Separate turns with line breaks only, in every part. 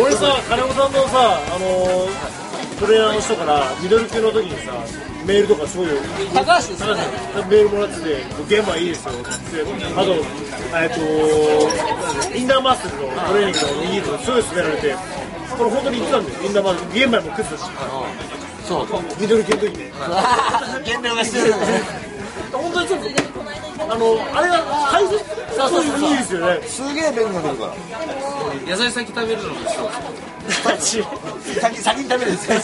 俺さ、金子さんのさ、あのートレーナーの人から、ミドル級の時にさ、メールとかすごいよ、
高橋ですよね
メールもらってて、現場いいですよって言って、あと、えっと、インナーマッスルのトレーニングのいいとか、すごい勧められて、これ本当に言ってたんだよ、インナーマッスル、現場も食ってたし、
そう
ミドル級の時に。
減量が必要だよね
本当にちょっと、あの、あれは解説さそういういいですよね。
すげえ便利が出るから
野菜先食べるのもそう
先先に食べるんですよ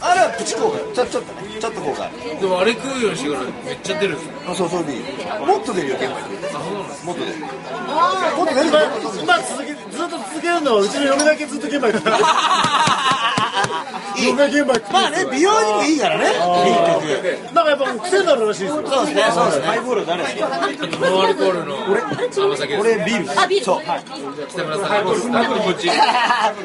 あれはプチ効果ちょちょっとねちょっと効果ある
でもあれ食うようにしてからめっちゃ出るんですよ
あそうそうでいいもっと出るよ現場にもっと出るもっと出る
今今続けずっと続けるのはうちの嫁だけずっと玄米食ってる 嫁玄米食ってる
まあね美容にもいいからね結局
なんかやっぱ癖になるらしいですよ
そうですねそうですねハイボール誰ですか
ノンアルコールの甘酒です
俺ビール
あビール
そう
北村さんハイボールこっち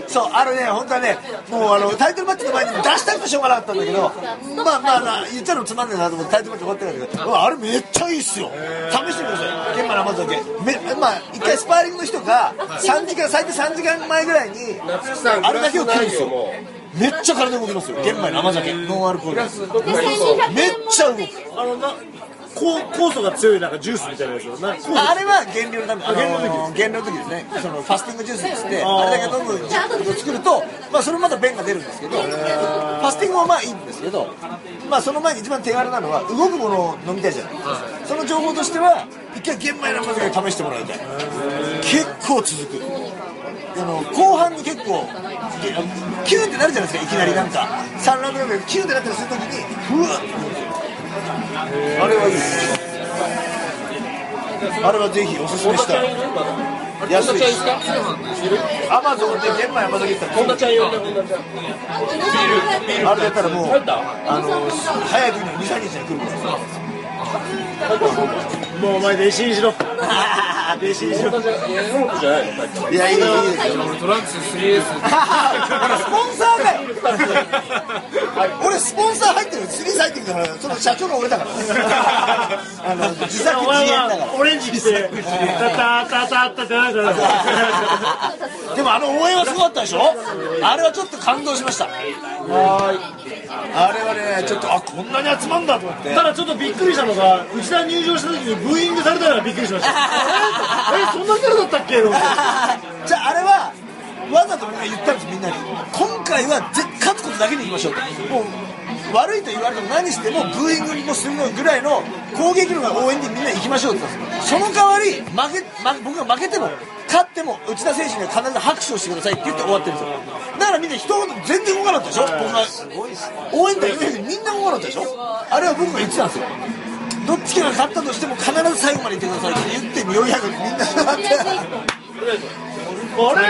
そうあのね本当はねもうあのタイトルマッチの前に出したくてしょうがなかったんだけどまあまあまあ言っちゃうのつまんねえなと思ってタイトルマッチ終わってたんだけどうわあれめっちゃいいっすよ試してみてください現場の甘酒めまあ一回スパーリングの人が3時間最低3時間前ぐらいに
夏木さん、
あれだけを
グラ
切るん
ス
です
ないよ
よ
も
めっちゃ体動きますよ玄米の甘酒ノンアルコールです
う。
で、1200円
めっちゃ動く
あのなこう酵素が強いなんかジュースみたいなやつなんか酵素
あれは減量のため、あの
減量の時
ー減量の時ですね、そのファスティングジュースにして、あれだけ飲むジュースを作ると、まあ、それもまた便が出るんですけど、ファスティングもまあいいんですけど、まあ、その前に一番手軽なのは、動くものを飲みたいじゃないですか、その情報としては、一回玄米のまず試してもらいたい、結構続く。あの後半に結構げキューってなるじゃないですかいきなりなんか3ラウンド目がキューってなったりするときにふわっあれはいいですあれはぜひおすすめしたい安いですアマゾンで玄米甘酒ってこんなちゃんビールあれだったらもうあの早くに23日に来るから
もうお前弟子にしろ弟 子にしろ
いやいいですよ
俺トランクス 3S
スポンサーだよ俺スポンサー入ってる釣り入ってるからその社長が俺だ からあの自作
お
自
前
演だ
は
か
オレンジにしてタタタタタってなるから
らでもあの応援はすごかったでしょあれはちょっと感動しましたあれはねちょっとあこんなに集まんだと思って
ただちょっとびっくりしたのが内田入場した時にブーイングされたからびっくりしましたえそんなキャラだったっけと思って
じゃああれはわざと俺が言ったんですみんなに今回はぜ勝つことだけにいきましょうともう悪いと言われても何してもブーイングにもするのぐらいの攻撃力が応援にみんな行きましょうって言ったんですその代わり負け、ま、僕が負けても勝っても内田選手には必ず拍手をしてくださいって言って終わってるんですよだからみんな一言全然動かなかったでしょ僕が応援団言うよりみんな動かなかったでしょあれは僕が言ってたんですよどっちかが勝ったとしても必ず最後まで言ってくださいって言ってみようやくみんななって
あれこれこんなキ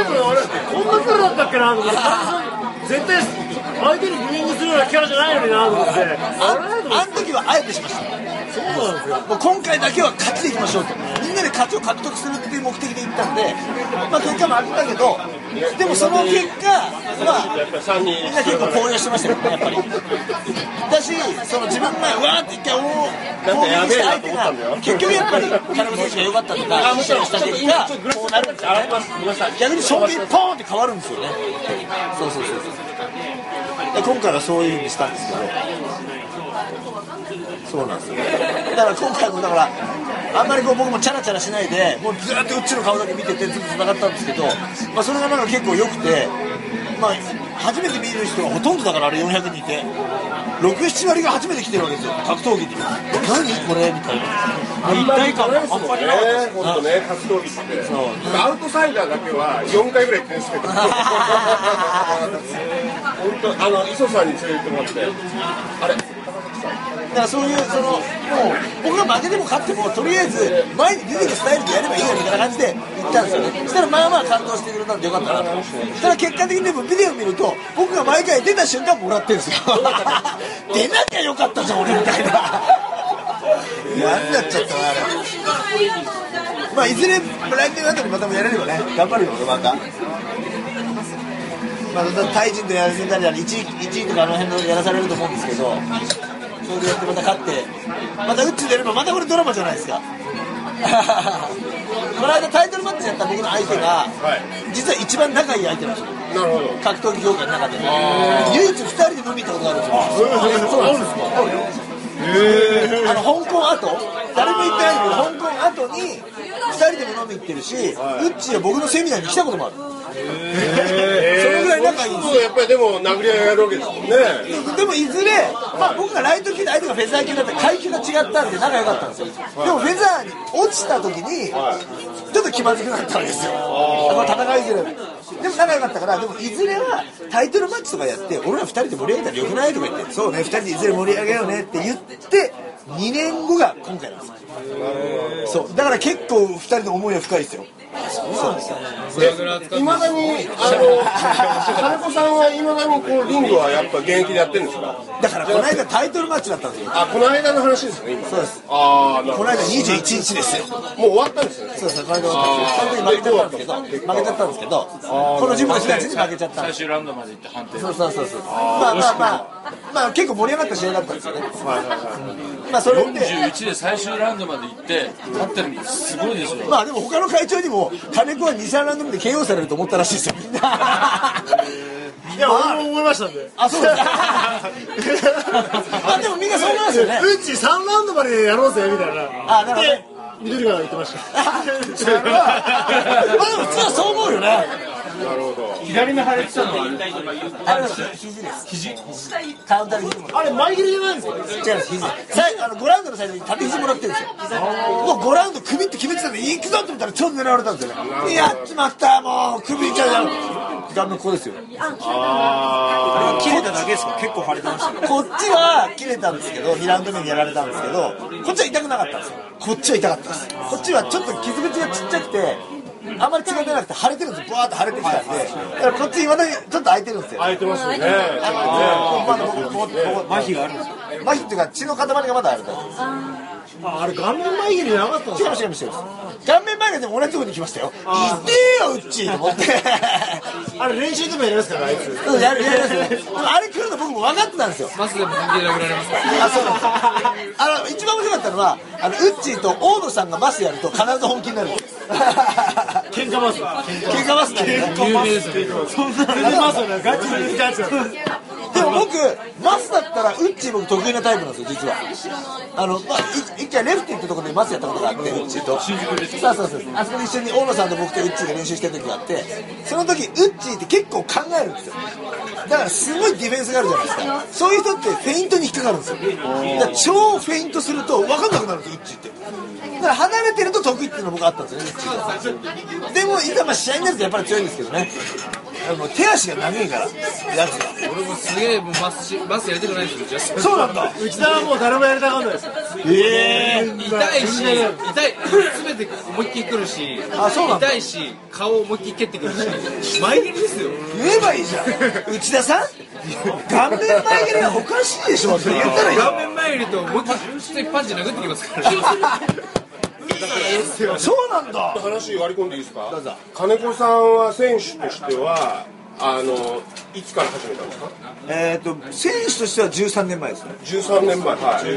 ャラだったっけなと思って絶対相手にブーイングするようなキャラじゃないのになと思ってあれと思っ
あの時はあえてしました
てそうなんですよ
もう今回だけは勝っていきましょうとみんなで勝ちを獲得するっていう目的で行ったんで、まあ、結果もあったけどでもその結果、まあ、みんな結構高揚してましたよねやっぱりだしその自分がわーって一回攻撃した相手が結局やっぱり金子選手が良かったとか試合をした結果こうなるんですよね逆に勝負ポーンって変わるんですよねそうそうそうそうで今回はそういうふうにしたんですけどそうなんですよだから今回もだからあんまりこう僕もチャラチャラしないでもうずーっとうっちの顔だけ見ててずっと戦ったんですけど、まあ、それがなんか結構良くて、まあ、初めて見る人がほとんどだからあれ400人いて67割が初めて来てるわけですよ格闘技に何これみたいな一体感があんまりなかったです
ね、本当ね、格闘技って。アウトサイダーだけは4回ぐらい行ってるんですけど。本当、あの、磯さんに連れてってもらって。あれ、
だからそういうそのもう僕が負けても勝ってもとりあえず前に出てるスタイルでやればいいよみたいな感じで行ったんですよねそしたらまあまあ感動してくれたんでよかったなと思ってそしたら結果的にでもビデオ見ると僕が毎回出た瞬間もらってるんですよ 出なきゃよかったじゃん俺みたいなやんなっちゃったなあれまあいずれ来年あたりまたもやれればね頑張るよ俺またまあ、タイ人とやらせたりだり1位とかあの辺のやらされると思うんですけどそれでやってまた勝ってまた打って出ればまたこれドラマじゃないですか この間タイトルマッチやった僕の相手が、実は一番仲いい相手なんですよ
なるほど。
格闘技業界の中で唯一2人で飲みに行ったことがあるんですよあの香港後誰も行ってないんだけど香港後に2人でも飲み行ってるし、ウッチーは僕のセミナーに来たこともある、そのぐらい仲いいんです
そう、やっぱりでも殴り合いやるわけですもんね。
よでもいずれ、まあ、僕がライト級で相手がフェザー級だったら階級が違ったんで仲良かったんですよでもフェザーに落ちた時にちょっと気まずくなったんですよやっぱ戦いづらいでも仲良かったからでもいずれはタイトルマッチとかやって俺ら2人で盛り上げたらよくないとか言ってそうね2人でいずれ盛り上げようねって言って2年後が今回なんですよそうだから結構2人の思いは深いですよそうですよ
グラグラ使っ
いまだに、あの、金子さんはいまだにこう、リングはやっぱ現役でやってるんですか
だからこの間タイトルマッチだったんですよ
あ、この間の話ですね、今。
そうです
ああ、なる
こ
ほ
の間21日ですよ
ど。もう終わったんですね。
そうですね、これで終わったんですその時負けちゃったんですけど、負けちゃったんですけど、この自分の人たちに負けちゃったんで
最
す。
終ラウンドまで行って判定
そうそうそうそう。まあまあまあ、まあ結構盛り上がった試合だったんですよね。まあそれで、
41で最終ラウンドまで行って勝ってるのすごいですよ
まあでも他の会長にも、金子は2、3ラウンド目で KO されると思ったらしいですよ、みんな。
いや、俺も思いましたんで。
あ、そうですか。まあでもみんなそうなんですよね。
うち3ラウンドまでやろうぜみたいな。
あなるほど
で、緑川が言ってました。
まあでも普通はそう思うよね。
左の腫れてたのは
あれ肘です。肘カウンターで肘もらう
あれ、前切れじゃないんですか
違います、肘。最後、あの、5ラウンドの最初に縦肘もらってるんですよ。もう5ラウンド首って決めてたんで、行くぞと思ったら超狙われたんですよね。やっちまった、もう、首いっちゃうじゃん。画面ここですよ。
切れただけですか結構腫れてましたね
こっちは切れたんですけど、2ラウンド目にやられたんですけど、こっちは痛くなかったんですよ。こっちは痛かったです。こっちはちょっと傷口がちっちゃくて、あんまり血が出なくて腫れてるんですよ。バーッと腫れてきたんで。だからこっち今だにちょっと開いてるんですよ。
空いてますよね。
あの、ね、ここ、ここ、ここ、麻痺
があるんですか
麻痺っていうか血の塊がまだあるんですよ
ああれ、顔面前切れじゃなかったんです
違
か
います違います違います顔面前がでも同じとこに来ましたよ痛えようっちーと思って
あれ、練習でもやりますから、あいつ。
うんやるやるやるでもあれ来るの僕も分かってたんですよ
マスでも関係なくなりますから
あそうなんですあの一番面白かったのはあのウッチーと大野さんがマスやると必ず本気になるんです
喧嘩マス。
喧嘩マスだね
有名ですよね
喧嘩マスよね。ガチでガチなんですよ
でも僕マスだったらウッチー僕得意なタイプなんですよ実はあの、まあ、い一回レフティってところでマスやったことがあってウッチーとそうそうそうあそこで一緒に大野さんと僕とウッチーが練習してる時があってその時ウッチーって結構考えるんですよだからすごいディフェンスがあるじゃないですかそういう人ってフェイントに引っかかるんですよだから超フェイントすると分かんなくなるんですよウッチーってだから離れてると得意っていうの僕あったんですよねウッチーがでもいざまあ試合になるとやっぱり強いんですけどねあの手足が長いからやつが
俺もすげえもうマスしマスやりたくないですよジャス
そうなんだ
内田はもう誰もやりたがらないですよ。
ええ
痛いし痛い全て思いっきりくるし
あそうなんだ
痛いし顔を思いっきり蹴ってくるし前蹴りですよ
言えばいいじゃん内田さん顔面前蹴りがおかしいでしょって言ったらいい
顔面前蹴りと思いっきりパンチ殴ってきますから
そうなんだ
話割り込んでいいですか金子さんは選手としては、あの、いつから始めたんですか
えっ、と選手としては13年前ですね
?13 年前。はい。
そ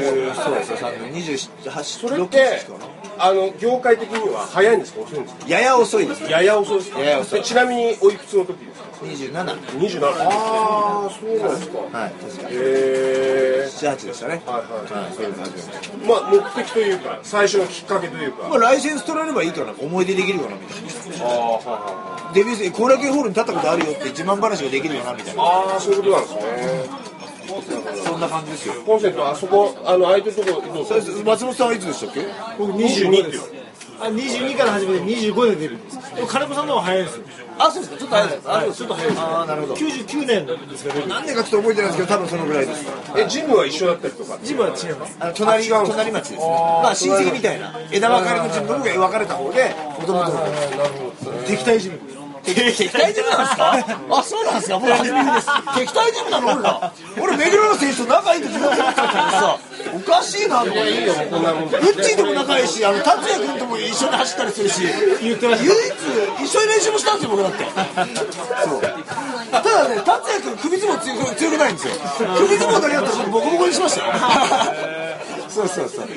うですよ3年28
それっ
6
て
年か、
あの、業界的には早いんですか遅いんですか
なやや遅いです
やや遅いですか
やや遅い
でちなみに、おいくつの時ですか
27
?27。ああ、そうなんですか。
はい確か
へー
78でしたね
はいはい。そういう感じなんですまあ、目的というか、最初のきっかけというか。
まあ、ライセンス取られればいいからなんか思い出できるかなみたいなデビュー戦後楽園ホールに立ったことあるよって自慢話ができるよなみたいな
ああ、そういうことなんですね。
そんな感じですよ
コンセント、あそこ、あの、空いてるとこ、どうぞ。
松本さんはいつでしたっけ
僕22です。あ、22から始めて25で出るんです。でも金子さんの方が早いんですよ。
あそうですかちょっと早いですあ
ちょっと早いです。
あーなるほど
99年なんですけど、
何年かちょっと覚えてないですけど多分そのぐらいです
え、ジムは一緒だったりとか。
ジムは違います。
あの隣隣町ですねまあ親戚みたいな枝分かれの自分が分かれた方でもともと
敵対ジム。
敵対ジムなんですかあそうなんですかもう初めてです敵対ジムなの俺ら俺目黒の選手と仲いいって自分で思ってたけどさおかしいなと思ってウッチーとも仲いいしあの達也君とも一緒に走ったりするし
言ってまし
唯一一緒に練習もしたんですよ僕だってそうただね達也君首相撲強く強くないんですよ首相撲だけだったら僕ボコボコにしましたよそうそうそう。そう。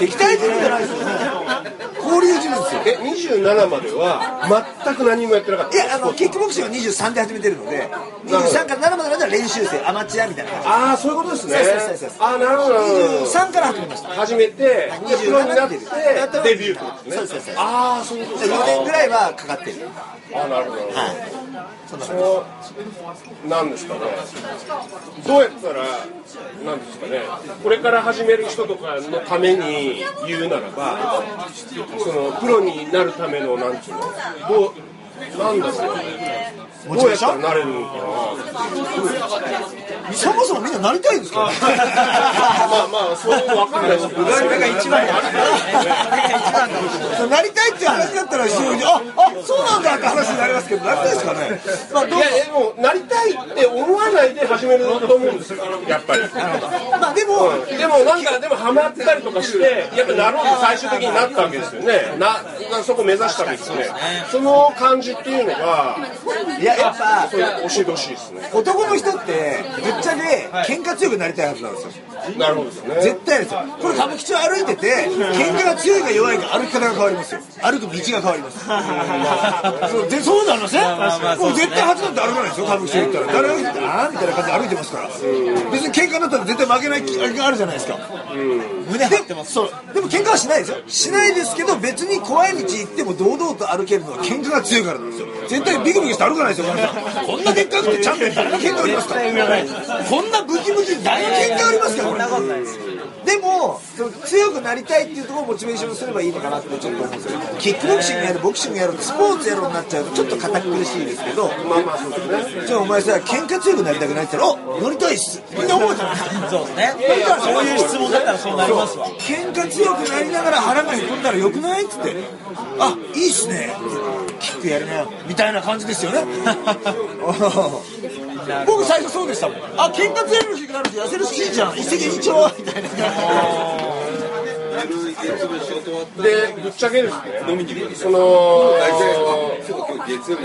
敵対人じゃないですよ。交流人物ですよ。
え、27までは全く何もやってなかっ
い
た
や、あの、キックボクシングは23で始めてるので、23から7までの間は練習生、アマチュアみたいな感じ。
ああ、そういうことですね
そうそうそうそう。
ああ、なるほど、なるほど。
23から始めました。
初めて、でプロになって、デビューってことです
そう
ね。
そうそう。
ああ、そういうことですね
4年ぐらいはかかってる。
あ、なるほど。
はい。
そうなんですかね。どうやったら、なんですかね。これから始める人とかのために言うならば、そのプロになるためのなんていうの、どうなんだろうね。どうやったらなれるのかな。
そもそもみんななりたいんですか
まあまあそういうのわかんないですけど。それが一番
そうなりたいっていう話だったら非常に、あ、あ、そうなんだって話になりますけど、なりたいですかね。まあ、どう
いやでもなりたいって思わないで始めると思うんですよ。やっぱり。
まあ、でも、
でもなんかでもハマったりとかしてやっぱなろうと最終的になったわけですよねななそこ目指したわけですよねその感じっていうのが
いや、やっぱ、
そう教えてほしいですね
男の人って、ぶっちゃけ、喧嘩強くなりたいはずなんですよ。
なるほどですね
絶対ですよ。これ歌舞伎町歩いてて、喧嘩が強いか弱いか歩き方が変わりますよ。歩く道が変わり ます。そうでそうなのね。もう絶対初なんて歩かないですよ。歌舞伎町行ったら誰が歩いてたあーみたいな感じで歩いてますから。別に喧嘩だったら絶対負けない気があるじゃないですか。胸張ってます。そう。でも喧嘩はしないですよ。しないですけど別に怖い道行っても堂々と歩けるのは喧嘩が強いからなんですよ。絶対ビクビクして歩かないですよ。こんなでっかくてちゃんと誰が喧嘩売りますか。こんなブキブキ誰が喧嘩売りますか。これ。でもその強くなりたいっていうところをモチベーションすればいいのかなってちょっと思うんですよキックボクシングやるボクシングやるスポーツやろうになっちゃうとちょっと堅苦しいですけど
まあまあそうですね
じゃあお前さ喧嘩強くなりたくないって言ったら「お乗りたいっす」みんな思うじゃないそうですねそういう質問だったらそうなりますわ喧嘩強くなりながら腹がへこんだらよくないっつって「あいいっすね」キックやるなよみたいな感じですよね 僕最初そうでしたもんあ喧嘩強くなると痩せるしいいじゃん一石二鳥みたいな
でぶっちゃけですねその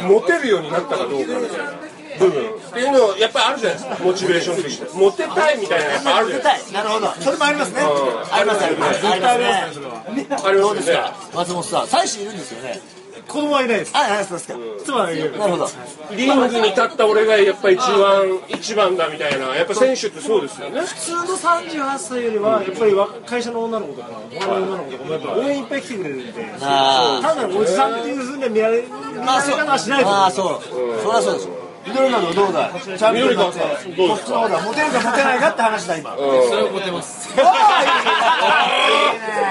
モテるようになったかどうかみたいな部分っていうのやっぱりあるじゃないですかモチベーションとしてモテたいみたいなのやっぱあるじゃないです
なるほど。それもありますね。ありますあります。ありますね。
かありますよね
松本さん、妻子いるんですよね。
子供はいないです。
あ、あ、そうですか。な
妻はいる。
るほど。
リングに立った俺がやっぱ一番一番だみたいなやっぱ選手ってそうですよね
普通の38歳よりは、やっぱり若会社の女の子とか、他の女の子とかも、やっぱ応援いっぱい来てくれるんで、単なるおじさんっていうふうに見られ見られ方はしないと思う
まあ、そう。そりゃそうですよ。緑などどうだいチャンピオンにな
緑川
っ
さ
て
んどうですか
そうだ、モテるかモテないかって話だ、今。おー
それを持てます。
いい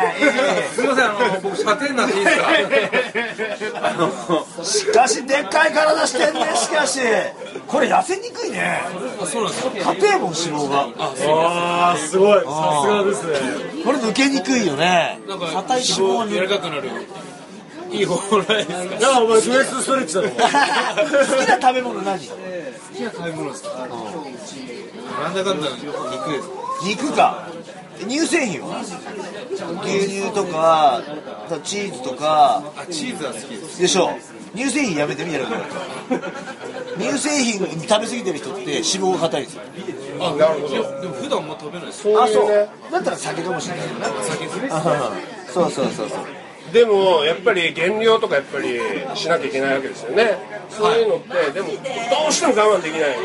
ねいいね
すみません、あの、僕、勝てになっていいですか。
しかし、でっかい体してんね、しかし。これ、痩せにくいね。
そうなんですか。
硬いもん、脂肪が。
ああ、すごい、さすがですね。
これ、抜けにくいよね。
なんか、
硬い脂肪に。
柔らかくなる。いい方法ないですか。
いや、お前、ストレッチストレッチだろ。
好きな食べ物何
好きな買い物ですか。なんだかんだ肉です。
肉か乳製品は牛乳とかチーズとか
あ、チーズは好きです。
でしょ乳製品やめてみたいなこと 乳製品食べ過ぎてる人って脂肪が硬いですよ
あ、なるほど。でも、普段あんま食べないです。
あそうだったら酒かもしれないな酒そうそうそうそう
でもやっぱり減量とかやっぱりしなきゃいけないわけですよねそういうのって、でもどうしても我慢できない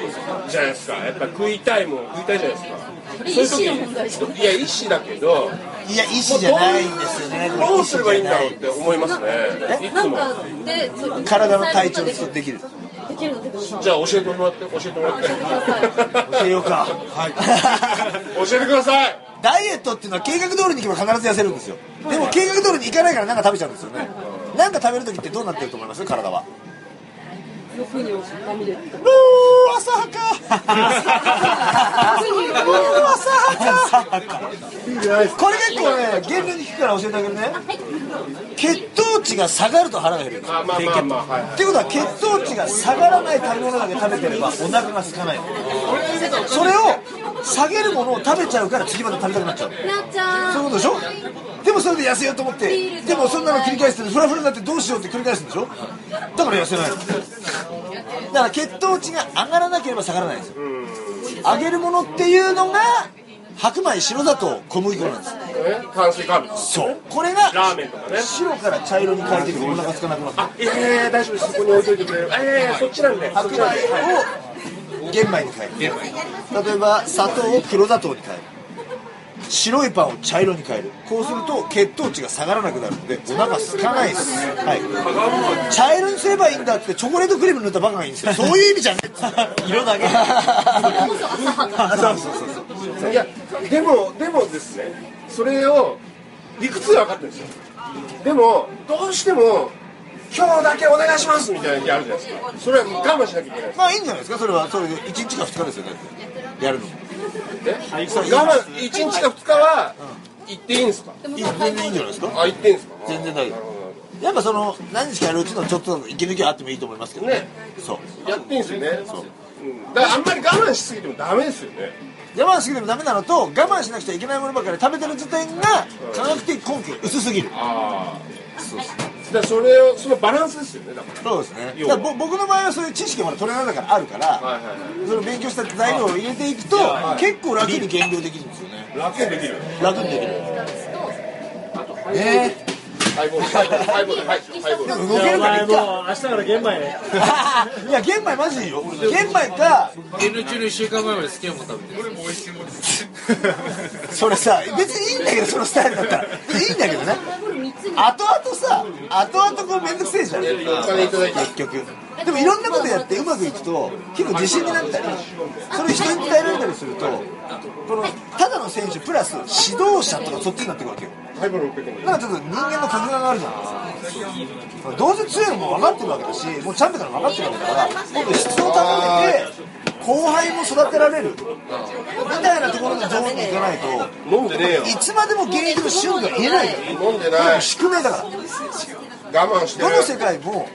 じゃないですかやっぱ食いたいもん食いたいじゃないですかそういう時いや意思だけど
いや意思じゃないんですよね
どうすればいいんだろうっ
意思
て思いますねいつ
なん
も
かでそう
じゃない体の体調にするとできる
できるのってこと
じゃあ教えてもらって教えてもらって
教えようか、
教えてください
ダイエットっていうのは計画通りに行けば必ず痩せるんですよでも計画通りに行かないから何か食べちゃうんですよね何か食べる時ってどうなってると思います体は
欲にまみれて
うー浅 はか。うー浅はか。これ結構ね、原理に聞くから教えてあげるね。血糖値が下がると腹が減る。
まあまあまあまあ、はい
っていうことは血糖値が下がらない食べ物だけ食べてればお腹が空かないそれを下げるものを食べちゃうから次まで食べたくなっちゃう
なっちゃ
そういうことでしょでもそれで痩せようと思ってでもそんなの繰り返してフラフラになってどうしようって繰り返すんでしょだから痩せないだから血糖値が上がらなければ下がらないんですよ揚げるものっていうのが白米白砂糖小麦粉なんです
え炭水化物
そうこれが
ラーメンとかね
白から茶色に変えていくとお腹つかなくなった
あいやいやいや大丈夫ですそこに置いといてくれるあいやいやそっちなんでそ
白
っち
米
なんで
を玄米に変える例えば砂糖を黒砂糖に変える白いパンを茶色に変えるこうすると血糖値が下がらなくなるのでお腹空かないです、はい、茶色にすればいいんだってチョコレートクリーム塗ったバカがいいんですよそういう意味じゃねえっつうの色だけそうそうそうそう
いやでもでもですねそれを理屈は分かってるんですよでもどうしても今日だけお願いしますみたいな日あるじゃないですかそれは我慢しなきゃいけない
まあいいんじゃないですかそれはそれで1日か2日ですよだってやるのも
我慢1日か2日は行っていいんですか
全然いいんじゃないですか
あ行っていいんですか
全然大丈夫やっぱその何日かやるうちのちょっとの息抜きはあってもいいと思いますけどね
ね
そう
やっていいんですよねうんだからあんまり我慢しすぎてもダメですよね
我慢しすぎてもダメなのと我慢しなくちゃいけないものばかり食べてる時点が科学的根拠薄すぎる
だからそれをそのバランスですよねだから
そうですねだからぼ僕の場合はそういう知識もトレーナーだからあるから、
いはい
その勉強した材料を入れていくと、結構楽に減量できるんですよね
楽にできる
楽にできる
ハイボールハイボールハイボールはいハイボール
でも動け
お
るから
前
いっ
もう
か
明日から玄米ね
いや玄米マジでいいよ玄米か
減量中の1週間前まで好きなもの食べてる
それさ別にいいんだけどそのスタイルだったら別にいいんだけどね後々さ後々こうめんどくせえじゃん
お金いただいて
結局でもいろんなことやってうまくいくと結構自信になったりそれ人に伝えられたりするとこのただの選手プラス指導者とかそっちになってくわけよ
ハイボール600円
なんかちょっと人間の格があるじゃないですかどうせ強いのも分かってるわけだしもうチャンピオンなの分かってるわけだからもっと質を高めて後輩も育てられるみたいなところのゾーンに行かないと
飲んでねえよ
いつまでも現役の旬が言えないから
飲んでない
宿命だから
我慢して
ど
る
の世界も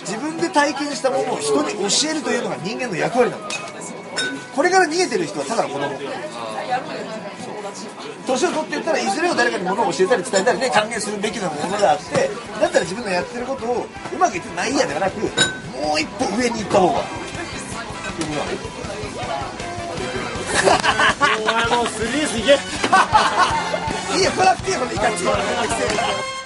自分で体験したものを人に教えるというのが人間の役割なんだこれから逃げてる人はただの子供そう年を取っていったらいずれを誰かに物を教えたり伝えたりね還元するべきなものであってだったら自分のやってることをうまくいってないやではなくもう一歩上に行った方が
お前もうスリースいけ
いいやプラスティーのイカチームの適正